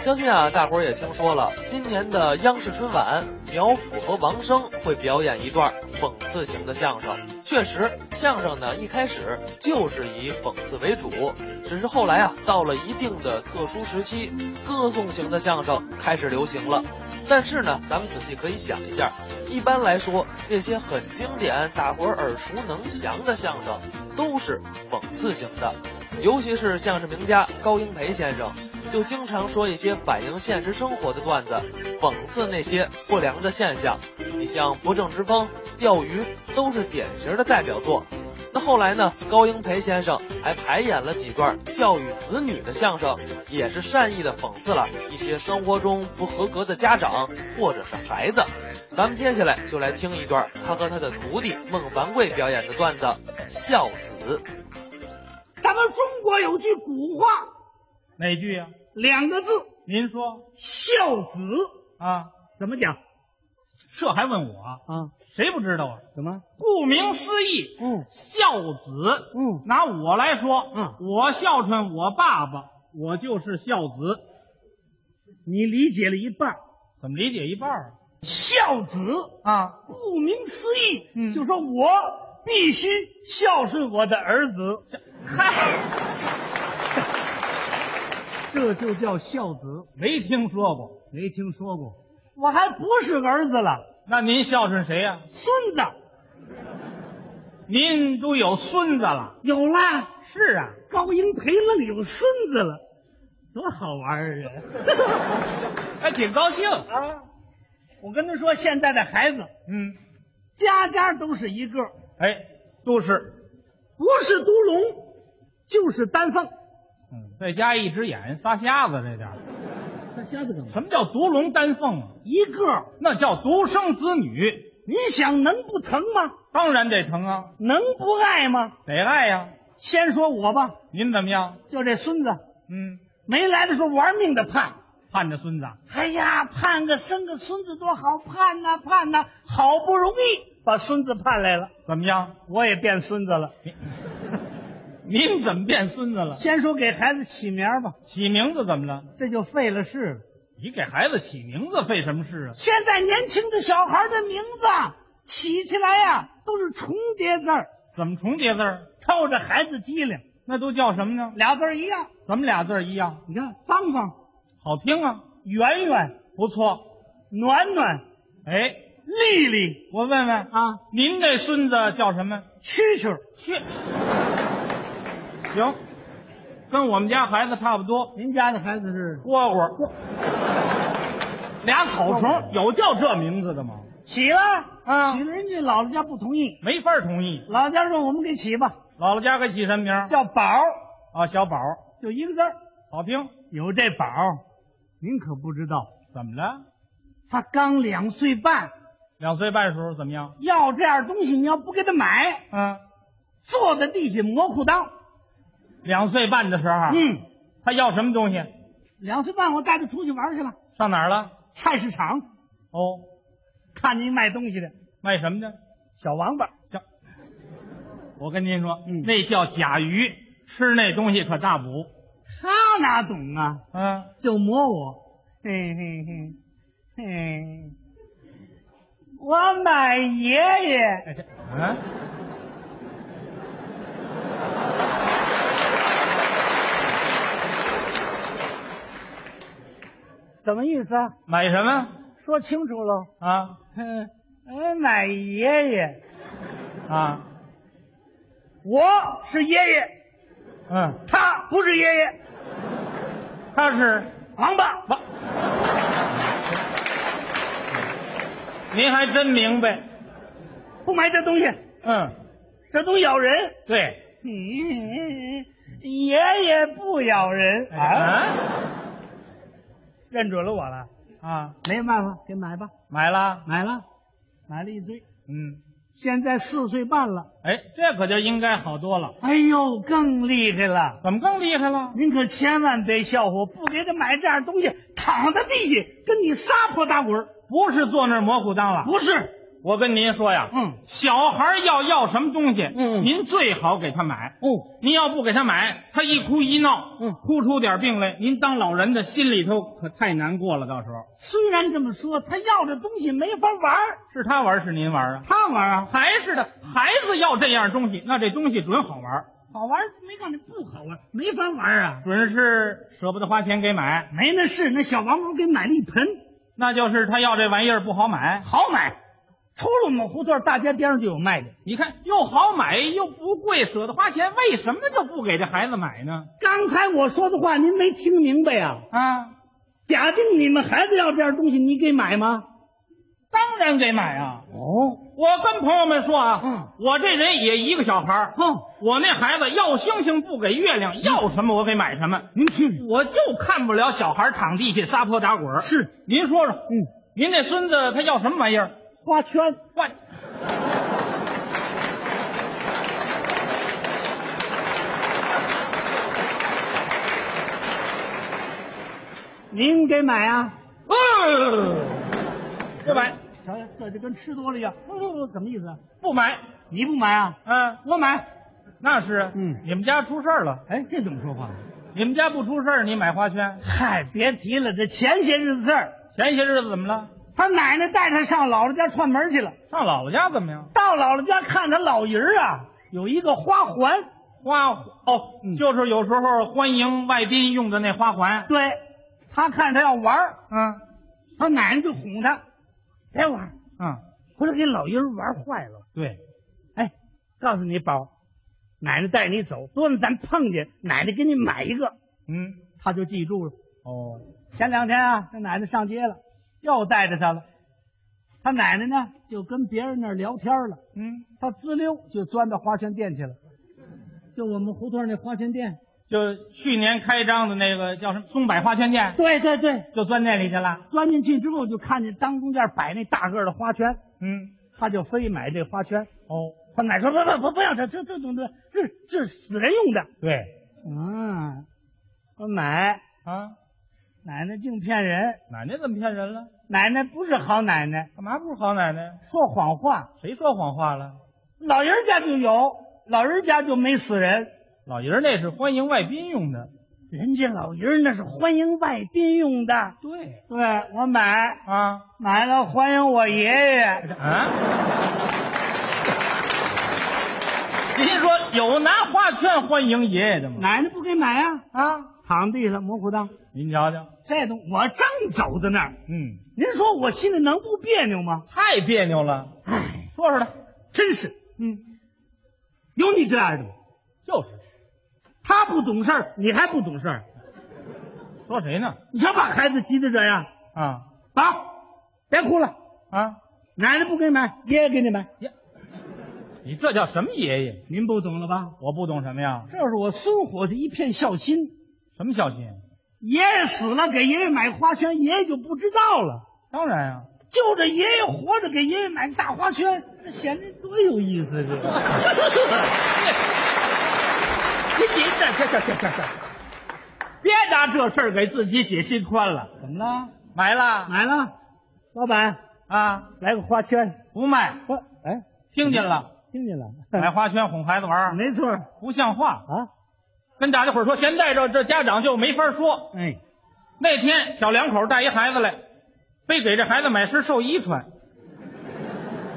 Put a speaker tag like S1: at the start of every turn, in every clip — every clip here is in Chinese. S1: 相信啊，大伙儿也听说了，今年的央视春晚，苗阜和王声会表演一段讽刺型的相声。确实，相声呢一开始就是以讽刺为主，只是后来啊，到了一定的特殊时期，歌颂型的相声开始流行了。但是呢，咱们仔细可以想一下，一般来说，那些很经典、大伙儿耳熟能详的相声，都是讽刺型的。尤其是相声名家高英培先生，就经常说一些反映现实生活的段子，讽刺那些不良的现象。你像《不正之风》《钓鱼》都是典型的代表作。那后来呢？高英培先生还排演了几段教育子女的相声，也是善意的讽刺了一些生活中不合格的家长或者是孩子。咱们接下来就来听一段他和他的徒弟孟凡贵表演的段子《孝子》。
S2: 咱们中国有句古话，
S3: 哪句呀、
S2: 两个字
S3: 您说
S2: “孝子
S3: 啊？”，
S2: 怎么讲
S3: 这还问我啊？
S2: 啊？
S3: 谁不知道啊？
S2: 怎么？
S3: 顾名思义，
S2: 嗯
S3: 孝子。
S2: 嗯，
S3: 拿我来说，
S2: 嗯
S3: 我孝顺我爸爸，我就是孝子。
S2: 你理解了一半。
S3: 怎么理解一半儿
S2: 孝子，
S3: 啊？
S2: 顾名思义，
S3: 嗯
S2: 就说我必须孝顺我的儿子。嗨， 这就叫孝子，
S3: 没听说过。
S2: 没听说过。我还不是儿子了，
S3: 那您孝顺谁呀、
S2: 孙子
S3: 您都有孙子了？
S2: 有啦。
S3: 是啊，
S2: 高英培愣有孙子了，多好玩儿啊！
S3: 还挺高兴。
S2: 啊，我跟他说，现在的孩子
S3: 嗯，
S2: 家家都是一个，
S3: 哎，都是，
S2: 不是独龙，就是单凤。
S3: 嗯，在家一只眼仨瞎子，这点儿。
S2: 他瞎子干嘛？
S3: 什么叫独龙单凤啊？
S2: 一个，
S3: 那叫独生子女，
S2: 你想能不疼吗？
S3: 当然得疼啊，
S2: 能不爱吗？
S3: 得爱呀、
S2: 先说我吧，
S3: 您怎么样？
S2: 就这孙子
S3: 嗯，
S2: 没来的时候玩命的盼。
S3: 盼着孙子，
S2: 哎呀，盼个生个孙子多好，盼呐、盼呐、好不容易把孙子盼来了，
S3: 怎么样？
S2: 我也变孙子了。
S3: 您怎么变孙子了？
S2: 先说给孩子起名儿吧，
S3: 起名字怎么了？
S2: 这就费了事了。
S3: 你给孩子起名字费什么事啊？
S2: 现在年轻的小孩的名字啊起起来呀、都是重叠字儿，
S3: 怎么重叠字儿？
S2: 透着孩子机灵，
S3: 那都叫什么呢？
S2: 俩字儿一样。
S3: 怎么俩字儿一样？
S2: 你看，芳芳、
S3: 好听啊，
S2: 圆圆、
S3: 不错。
S2: 暖暖、
S3: 哎，
S2: 丽丽
S3: 我问问，
S2: 啊，
S3: 您这孙子叫什么？
S2: 蛐蛐儿。
S3: 去，行，跟我们家孩子差不多。
S2: 您家的孩子是
S3: 蝈蝈，俩草虫，有叫这名字的吗？
S2: 起了
S3: 啊
S2: 起了，人家姥姥家不同意，
S3: 没法同意。
S2: 姥姥家说我们给起吧，
S3: 姥姥家给起什么名儿？
S2: 叫宝儿，
S3: 啊，小宝，
S2: 就一个字儿。
S3: 好听。
S2: 有这宝儿，您可不知道，
S3: 怎么了？
S2: 他刚两岁半，
S3: 两岁半时候怎么样？
S2: 要这样东西，你要不给他买，
S3: 嗯，
S2: 坐在地下蘑裤裆。
S3: 两岁半的时候，，啊
S2: 嗯。
S3: 他要什么东西？
S2: 两岁半，我带他出去玩去了，
S3: 上哪儿了？
S2: 菜市场
S3: 哦，
S2: 看见一卖东西的
S3: 卖什么的？
S2: 小王八，
S3: 叫，我跟您说，
S2: 嗯
S3: 那叫甲鱼，吃那东西可大补。
S2: 他哪懂啊？
S3: 嗯，
S2: 就磨我，嘿嘿嘿，嘿，我买爷爷，
S3: 哎这，嗯，
S2: 什么意思啊？
S3: 买什么？
S2: 说清楚喽。
S3: 啊
S2: 嗯，我买爷爷，
S3: 啊，
S2: 我是爷爷，
S3: 嗯，
S2: 他不是爷爷，
S3: 他是
S2: 王八。
S3: 王。您还真明白。
S2: 不买这东西，
S3: 嗯，
S2: 这东西咬人。
S3: 对。
S2: 嗯，爷爷不咬人啊！
S3: 啊
S2: 认准了我了。
S3: 啊，
S2: 没办法，给买吧，
S3: 买了。
S2: 买了，买了一堆，
S3: 嗯，
S2: 现在四岁半了。
S3: 哎，这可就应该好多了。
S2: 哎呦，更厉害了！
S3: 怎么更厉害了？
S2: 您可千万别笑话，不给他买这样东西，躺在地下跟你撒泼打滚儿。
S3: 不是坐那儿蘑菇当了。
S2: 不是，
S3: 我跟您说呀，
S2: 嗯
S3: 小孩儿要要什么东西，
S2: 嗯
S3: 您最好给他买。
S2: 哦，
S3: 您要不给他买，他一哭一闹，
S2: 嗯
S3: 哭出点病来，您当老人的心里头可太难过了。到时候
S2: 虽然这么说，他要这东西没法玩儿，
S3: 是他玩儿是您玩儿啊？
S2: 他玩儿啊，
S3: 还是的，孩子要这样东西，那这东西准好玩儿，
S2: 好玩儿没告诉你不好玩儿，没法玩儿啊。
S3: 准是舍不得花钱给买，
S2: 没那事，那小王八给买了一盆，
S3: 那就是他要这玩意儿不好买。
S2: 好买，出了我们胡同大街边上就有卖的。
S3: 你看，又好买又不贵，舍得花钱，为什么就不给这孩子买呢？
S2: 刚才我说的话您没听明白呀、
S3: 啊，
S2: 假定你们孩子要这样东西，你给买吗？
S3: 当然给买啊！
S2: 哦，
S3: 我跟朋友们说啊，
S2: 嗯
S3: 我这人也一个小孩儿，
S2: 哼，
S3: 我那孩子要星星不给月亮，要什么我给买什么。
S2: 您听听，
S3: 我就看不了小孩儿躺地下撒泼打滚儿。
S2: 是，
S3: 您说说，
S2: 嗯，
S3: 您那孙子他要什么玩意儿？
S2: 花圈，
S3: 哇，
S2: 您给买啊？
S3: 呃，不买，
S2: 瞧瞧，这就跟吃多了一样。不不不，什么意思啊？
S3: 不买，
S2: 你不买啊？
S3: 嗯、我买。那是，啊
S2: 嗯
S3: 你们家出事儿了，
S2: 哎，这怎么说话？
S3: 你们家不出事儿，你买花圈。
S2: 嗨，别提了，这前些日子事儿，
S3: 前些日子怎么了？
S2: 他奶奶带他上姥姥家串门去了。
S3: 上姥姥家怎么样？
S2: 到姥姥家看他老爷儿啊，有一个花环，
S3: 花哦，
S2: 嗯
S3: 就是有时候欢迎外宾用的那花环。
S2: 对，他看他要玩儿，
S3: 嗯
S2: 他奶奶就哄他，别玩儿，
S3: 嗯，
S2: 回来给老爷儿玩坏了。
S3: 对，
S2: 哎，告诉你宝，奶奶带你走，多了咱碰见，奶奶给你买一个，
S3: 嗯
S2: 他就记住了。
S3: 哦，
S2: 前两天啊，他奶奶上街了，又带着他了，他奶奶呢就跟别人那儿聊天了，
S3: 嗯，
S2: 他滋溜就钻到花圈店去了，就我们胡同那花圈店。
S3: 就去年开张的那个叫什么松柏花圈店，
S2: 对对对，
S3: 就钻那里去了。
S2: 钻进去之后就看见当中间摆那大个儿的花圈，
S3: 嗯，
S2: 他就非买这花圈。
S3: 哦，
S2: 他奶说不不不不要这这这种这这这是死人用的。
S3: 对
S2: 嗯，我买，
S3: 啊，
S2: 奶奶净骗人，
S3: 奶奶怎么骗人了？
S2: 奶奶不是好奶奶，
S3: 干嘛不是好奶奶？
S2: 说谎话。
S3: 谁说谎话了？
S2: 老人家就有，老人家就没死人，
S3: 老爷儿那是欢迎外宾用的。
S2: 人家老爷儿那是欢迎外宾用的。
S3: 对
S2: 对我买
S3: 啊
S2: 买了欢迎我爷爷，
S3: 啊！您说有拿花圈欢迎爷爷的吗？
S2: 奶奶不给买啊，
S3: 啊，
S2: 躺地上蘑菇当。
S3: 您瞧瞧，
S2: 这东我正走到那儿，
S3: 嗯，
S2: 您说我心里能不别扭吗？
S3: 太别扭了。
S2: 唉，
S3: 说说他，
S2: 真是
S3: 嗯，
S2: 有你这样的吗，
S3: 就是
S2: 他不懂事儿，你还不懂事儿，
S3: 说谁呢？
S2: 你瞧把孩子急得这样。
S3: 啊
S2: 好，别哭了，
S3: 啊，
S2: 奶奶不给买，爷爷给你买。
S3: 你这叫什么爷爷？
S2: 您不懂了吧？
S3: 我不懂什么呀？
S2: 这是我孙伙计一片孝心。
S3: 什么孝心？
S2: 爷爷死了，给爷爷买花圈，爷爷就不知道了。
S3: 当然啊呀、
S2: 就着爷爷活着，给爷爷买个大花圈，这显得多有意思！这，您您这这这这这这，
S3: 别拿这事儿给自己解心宽了。
S2: 怎么了？
S3: 买了
S2: 买了，老板
S3: 啊，
S2: 来个花圈。
S3: 不卖，
S2: 花，哎，
S3: 听见了，
S2: 听见了？
S3: 买花圈哄孩子玩儿
S2: 没错儿
S3: 不像话。
S2: 啊。
S3: 跟大家伙儿说，现在这这家长就没法说。
S2: 哎，
S3: 那天小两口带一孩子来，非给这孩子买身寿衣穿，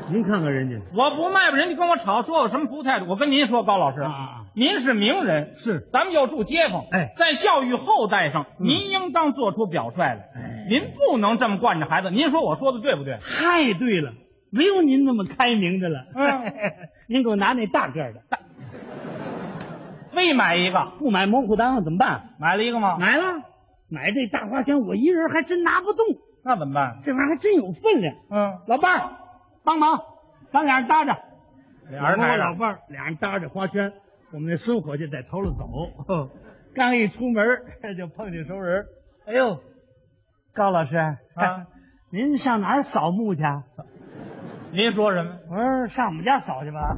S2: 您看看人家
S3: 我不卖吧，人家跟我吵，说我什么不态度。我跟您说，高老师，
S2: 啊啊
S3: 您是名人，
S2: 是
S3: 咱们要住街坊，
S2: 哎
S3: 在教育后代上，
S2: 嗯
S3: 您应当做出表率来，
S2: 哎
S3: 您不能这么惯着孩子。您说我说的对不对？
S2: 太对了，没有您那么开明的了。
S3: 嗯
S2: 您给我拿那大个儿的，
S3: 非买一个，
S2: 不买蘑菇当啊怎么办？
S3: 买了一个吗？
S2: 买了，买这大花圈，我一人还真拿不动，
S3: 那怎么办？
S2: 这玩意儿还真有分量。
S3: 嗯，
S2: 老伴儿，帮忙，咱俩人搭着。
S3: 俩人
S2: 我
S3: 来
S2: 老
S3: 了，
S2: 伴儿俩人搭着花圈，我们那孙伙计在头里走， 刚一出门儿 就碰见熟人儿。哎呦，高老师
S3: 啊，
S2: 您上哪儿扫墓去啊？
S3: 您说什么？
S2: 我说嗯上我们家扫去吧，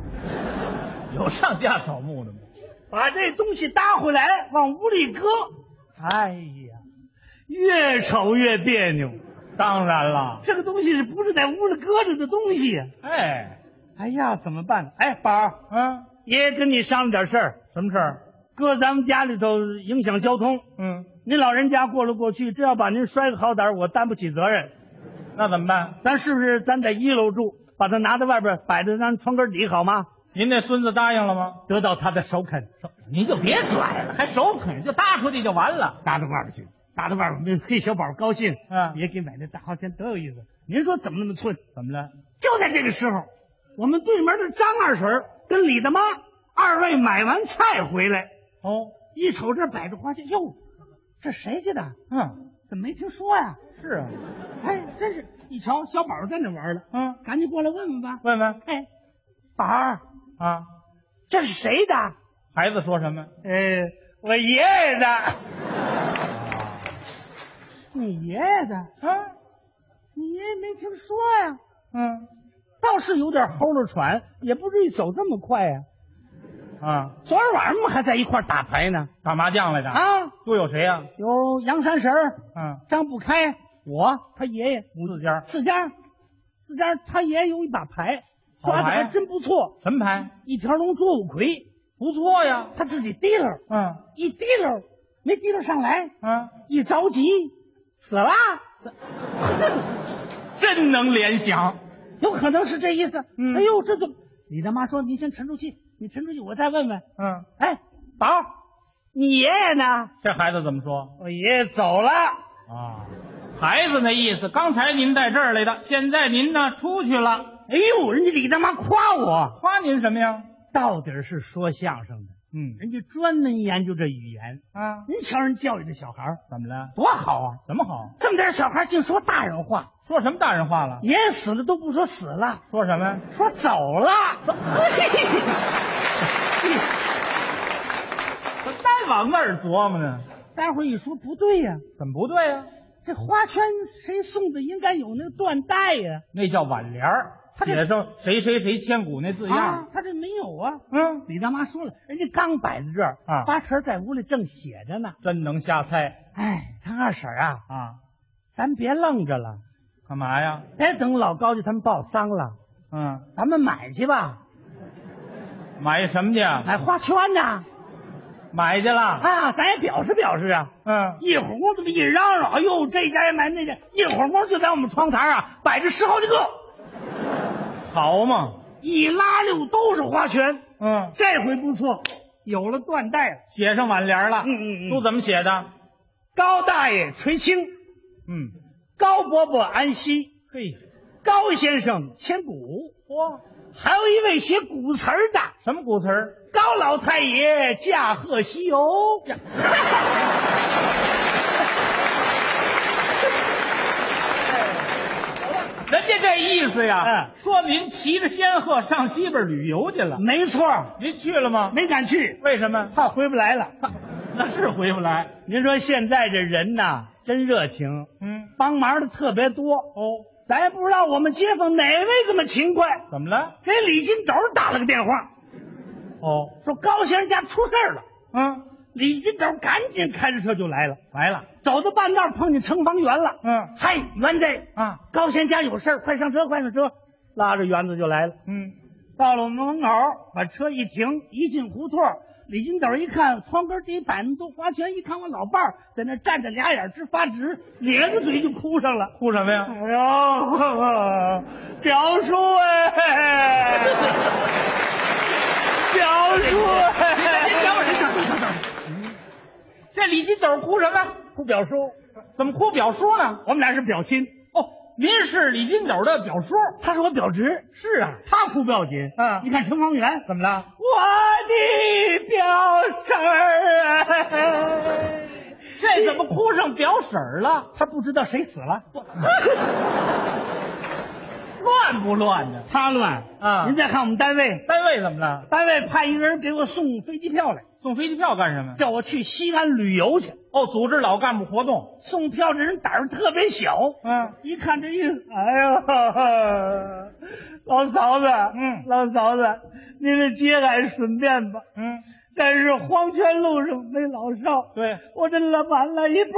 S3: 有上家扫墓的吗？
S2: 把这东西搭回来，往屋里搁。哎呀，
S3: 越瞅越别扭。当然了，
S2: 这个东西是不是在屋里搁着的东西？啊
S3: 哎，
S2: 哎呀，怎么办呢？哎，宝儿，
S3: 啊，
S2: 爷爷跟你商量点事儿，
S3: 什么事儿？
S2: 搁咱们家里头影响交通。
S3: 嗯，
S2: 您老人家过了过去，这要把您摔个好歹，我担不起责任。
S3: 那怎么办？
S2: 咱是不是咱在一楼住，把它拿到外边摆在咱窗根底好吗？
S3: 您那孙子答应了吗？
S2: 得到他的首肯，
S3: 您就别拽了，还首肯就搭出去就完了。
S2: 搭到外边去，搭到外边，那嘿，小宝高兴，
S3: 嗯
S2: 爷给买那大花钱多有意思。您说怎么那么寸？
S3: 怎么了？
S2: 就在这个时候，我们对门的张二婶儿跟李大妈二位买完菜回来，
S3: 哦，
S2: 一瞅这摆着花钱，哟，这谁家的？
S3: 嗯，
S2: 怎么没听说呀？
S3: 是啊，
S2: 哎，真是一瞧小宝在那玩呢，
S3: 嗯，
S2: 赶紧过来问问吧。
S3: 问问
S2: 哎，宝儿，
S3: 啊，
S2: 这是谁的？
S3: 孩子说什么？
S2: 呃，我爷爷的。你爷爷的？
S3: 啊，
S2: 你爷爷没听说呀？
S3: 嗯，
S2: 倒是有点齁了喘，也不至于走这么快呀、
S3: 啊，
S2: 昨儿晚上我们还在一块儿打牌呢。
S3: 打麻将来的？
S2: 啊，
S3: 都有谁呀、
S2: 有杨三婶儿、
S3: 嗯，
S2: 张不开，我，他爷爷，
S3: 五字家
S2: 四家，四家他爷爷有一把牌，
S3: 好牌啊
S2: 抓的还真不错，
S3: 什么牌？
S2: 一条龙捉五魁，
S3: 不错呀。
S2: 他自己提溜，
S3: 嗯
S2: 一提溜没提溜上来，
S3: 嗯，
S2: 一着急死了，
S3: 真能联想。
S2: 有可能是这意思。
S3: 嗯
S2: 哎呦，这就李大妈说您先沉住气，你沉住气，我再问问。
S3: 嗯，
S2: 哎，宝儿，你爷爷呢？
S3: 这孩子怎么说
S2: 我爷爷走了。
S3: 啊？孩子那意思，刚才您在这儿来的，现在您呢出去了，
S2: 哎呦，人家李大妈夸我，
S3: 夸您什么呀？
S2: 到底是说相声的，
S3: 嗯
S2: 人家专门研究这语言。
S3: 啊，
S2: 您瞧人教育这小孩儿
S3: 怎么了？
S2: 多好啊！
S3: 怎么好？
S2: 这么点小孩儿竟说大人话，
S3: 说什么大人话了？
S2: 爷爷死了都不说死了，
S3: 说什么？
S2: 说走了。嘿，
S3: 我再往那儿琢磨呢，
S2: 待会儿一说不对呀、
S3: 怎么不对啊呀、
S2: 这花圈谁送的？应该有那个缎带呀、
S3: 那叫挽联儿，
S2: 他这
S3: 写上谁谁谁千古那字样。
S2: 啊，他这没有啊。
S3: 嗯，
S2: 李大妈说了，人家刚摆在这儿
S3: 啊
S2: 八成在屋里正写着呢。
S3: 真能瞎猜
S2: 哎，他二婶啊，
S3: 啊？
S2: 咱别愣着了，
S3: 干嘛呀？
S2: 别等老高家他们报丧了，
S3: 嗯，
S2: 咱们买去吧，
S3: 买什么去？啊
S2: 买花圈呐、
S3: 买去了。
S2: 啊，咱也表示表示啊。
S3: 嗯，
S2: 一会儿功夫这么一嚷嚷，哎呦，这家也买那家，一会儿光就在我们窗台啊摆着十好几个，
S3: 好嘛。
S2: 一拉溜都是花圈。
S3: 嗯，
S2: 这回不错，有了缎带了。
S3: 写上挽联了。
S2: 嗯嗯嗯
S3: 都怎么写的？
S2: 高大爷垂青，
S3: 嗯，
S2: 高伯伯安息，
S3: 嘿，
S2: 高先生千古，
S3: 嚯，
S2: 还有一位写古词儿的
S3: 什么古词儿？
S2: 高老太爷驾鹤西游。
S3: 人家这意思呀，
S2: 嗯
S3: 说您骑着仙鹤上西边旅游去了。
S2: 没错儿，
S3: 您去了吗？
S2: 没敢去，
S3: 为什么？
S2: 怕回不来了。
S3: 那是回不来。
S2: 您说现在这人呐，真热情，
S3: 嗯，
S2: 帮忙的特别多。
S3: 哦，
S2: 咱也不知道我们街坊哪位这么勤快，
S3: 怎么了？
S2: 给李金斗打了个电话，
S3: 哦，
S2: 说高先生家出事儿了。
S3: 嗯，
S2: 李金斗赶紧开着车就来了，
S3: 来了。
S2: 走到半道碰见程房元了。
S3: 嗯
S2: 嗨，元贼，
S3: 啊，
S2: 高先生家有事儿，快上车，快上车！拉着园子就来了。
S3: 嗯，
S2: 到了我们门口，把车一停，一进胡同儿，李金斗一看窗根底板都花圈，一看我老伴儿在那儿站着，俩眼直发直，咧着嘴就哭上了。
S3: 哭什么呀？
S2: 哎呦，表叔 哎，表叔哎，
S3: 您等会儿，您等会儿，等会儿。 这李金斗哭什么？
S2: 哭表叔，
S3: 怎么哭表叔呢？
S2: 我们俩是表亲，
S3: 哦，您是李金斗的表叔。
S2: 他是我表侄，
S3: 是啊，
S2: 他哭不要紧，
S3: 嗯
S2: 你看程方圆
S3: 怎么了？
S2: 我的表婶儿哎，
S3: 这怎么哭上表婶儿了？
S2: 他不知道谁死了，
S3: 乱不乱呢？
S2: 他乱
S3: 啊
S2: 您再看我们单位，
S3: 单位怎么了？
S2: 单位派一个人给我送飞机票来，
S3: 送飞机票干什么？
S2: 叫我去西安旅游去。
S3: 哦，组织老干部活动。
S2: 送票这人胆儿特别小，
S3: 嗯，
S2: 一看这意思，哎呀，老老嫂子，
S3: 嗯
S2: 老嫂子，您的接俺顺便吧。
S3: 嗯，
S2: 但是黄泉路上没老少，
S3: 对
S2: 我这了晚了一步，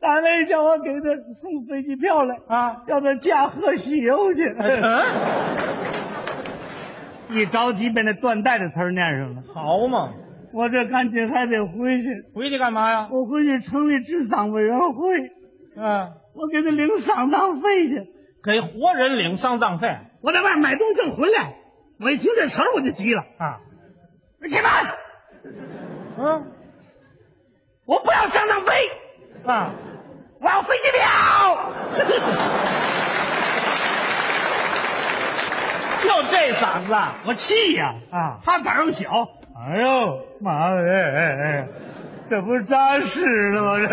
S2: 单位叫我给他送飞机票来，
S3: 啊，
S2: 要他驾鹤西游 去。
S3: 嗯，
S2: 一着急被那断代的词儿念上了，
S3: 好嘛，
S2: 我这赶紧还得回去，
S3: 回去干嘛呀？
S2: 我回去成立治丧委员会，
S3: 嗯，
S2: 我给他领丧葬费去。
S3: 给活人领丧葬费
S2: 我在外买东西正回来，我一听这词儿我就急了，
S3: 啊，
S2: 起来，
S3: 嗯
S2: 我不要丧葬费，
S3: 啊，
S2: 我要飞机票。
S3: 就这嗓子啊
S2: 我气呀、
S3: 啊，
S2: 他胆儿又小，哎呦妈的，哎哎哎，这不扎实了吗？这，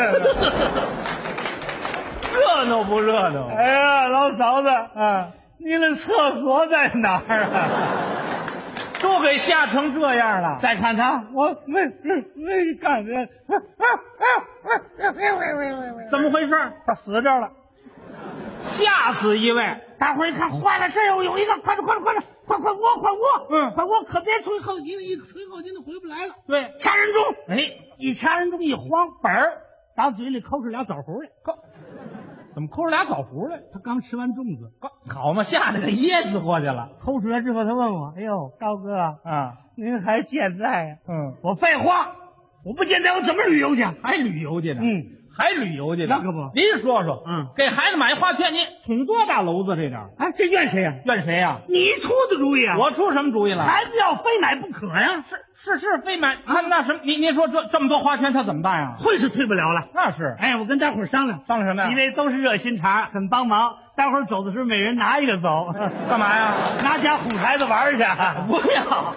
S3: 热闹不热闹？
S2: 哎呀，老嫂子，
S3: 啊，
S2: 您的厕所在哪儿啊？
S3: 都给吓成这样了，
S2: 再看看，我没没干这，
S3: 怎么回事？
S2: 他死这儿了。
S3: 吓死一位。
S2: 大伙儿一看，坏了，这又有一个，快点，快点，快点，快快窝，快窝，
S3: 嗯
S2: 快窝，可别吹后颈，一吹后颈就回不来了。
S3: 对，
S2: 掐人中，
S3: 哎，
S2: 一掐人中一慌，本儿打嘴里抠出俩枣核来。
S3: 怎么抠出俩枣核来？
S2: 他刚吃完粽子，
S3: 好嘛，吓得给噎死过去了
S2: 抠出来之后，他问我：“哎呦，高哥，
S3: 啊！
S2: 您还健在呀、
S3: 嗯，
S2: 我废话，我不健在，我怎么旅游去？
S3: 还旅游去呢，
S2: 嗯，
S3: 还旅游去呢，
S2: 那可不
S3: 您说说，
S2: 嗯，
S3: 给孩子买花圈，你捅多大娄子这点儿
S2: 啊，这怨谁呀、
S3: 怨谁呀、
S2: 你出的主意啊！
S3: 我出什么主意了？
S2: 孩子要非买不可呀、
S3: 是是是，非买那那什么，您您说这这么多花圈，他怎么办呀？
S2: 退是退不了了。
S3: 那是
S2: 哎，我跟大伙儿商量，
S3: 当什么呀？
S2: 几位都是热心肠，很帮忙。待会 儿走的时候，每人拿一个走，
S3: 干嘛呀？
S2: 拿家哄孩子玩儿去。
S3: 不要，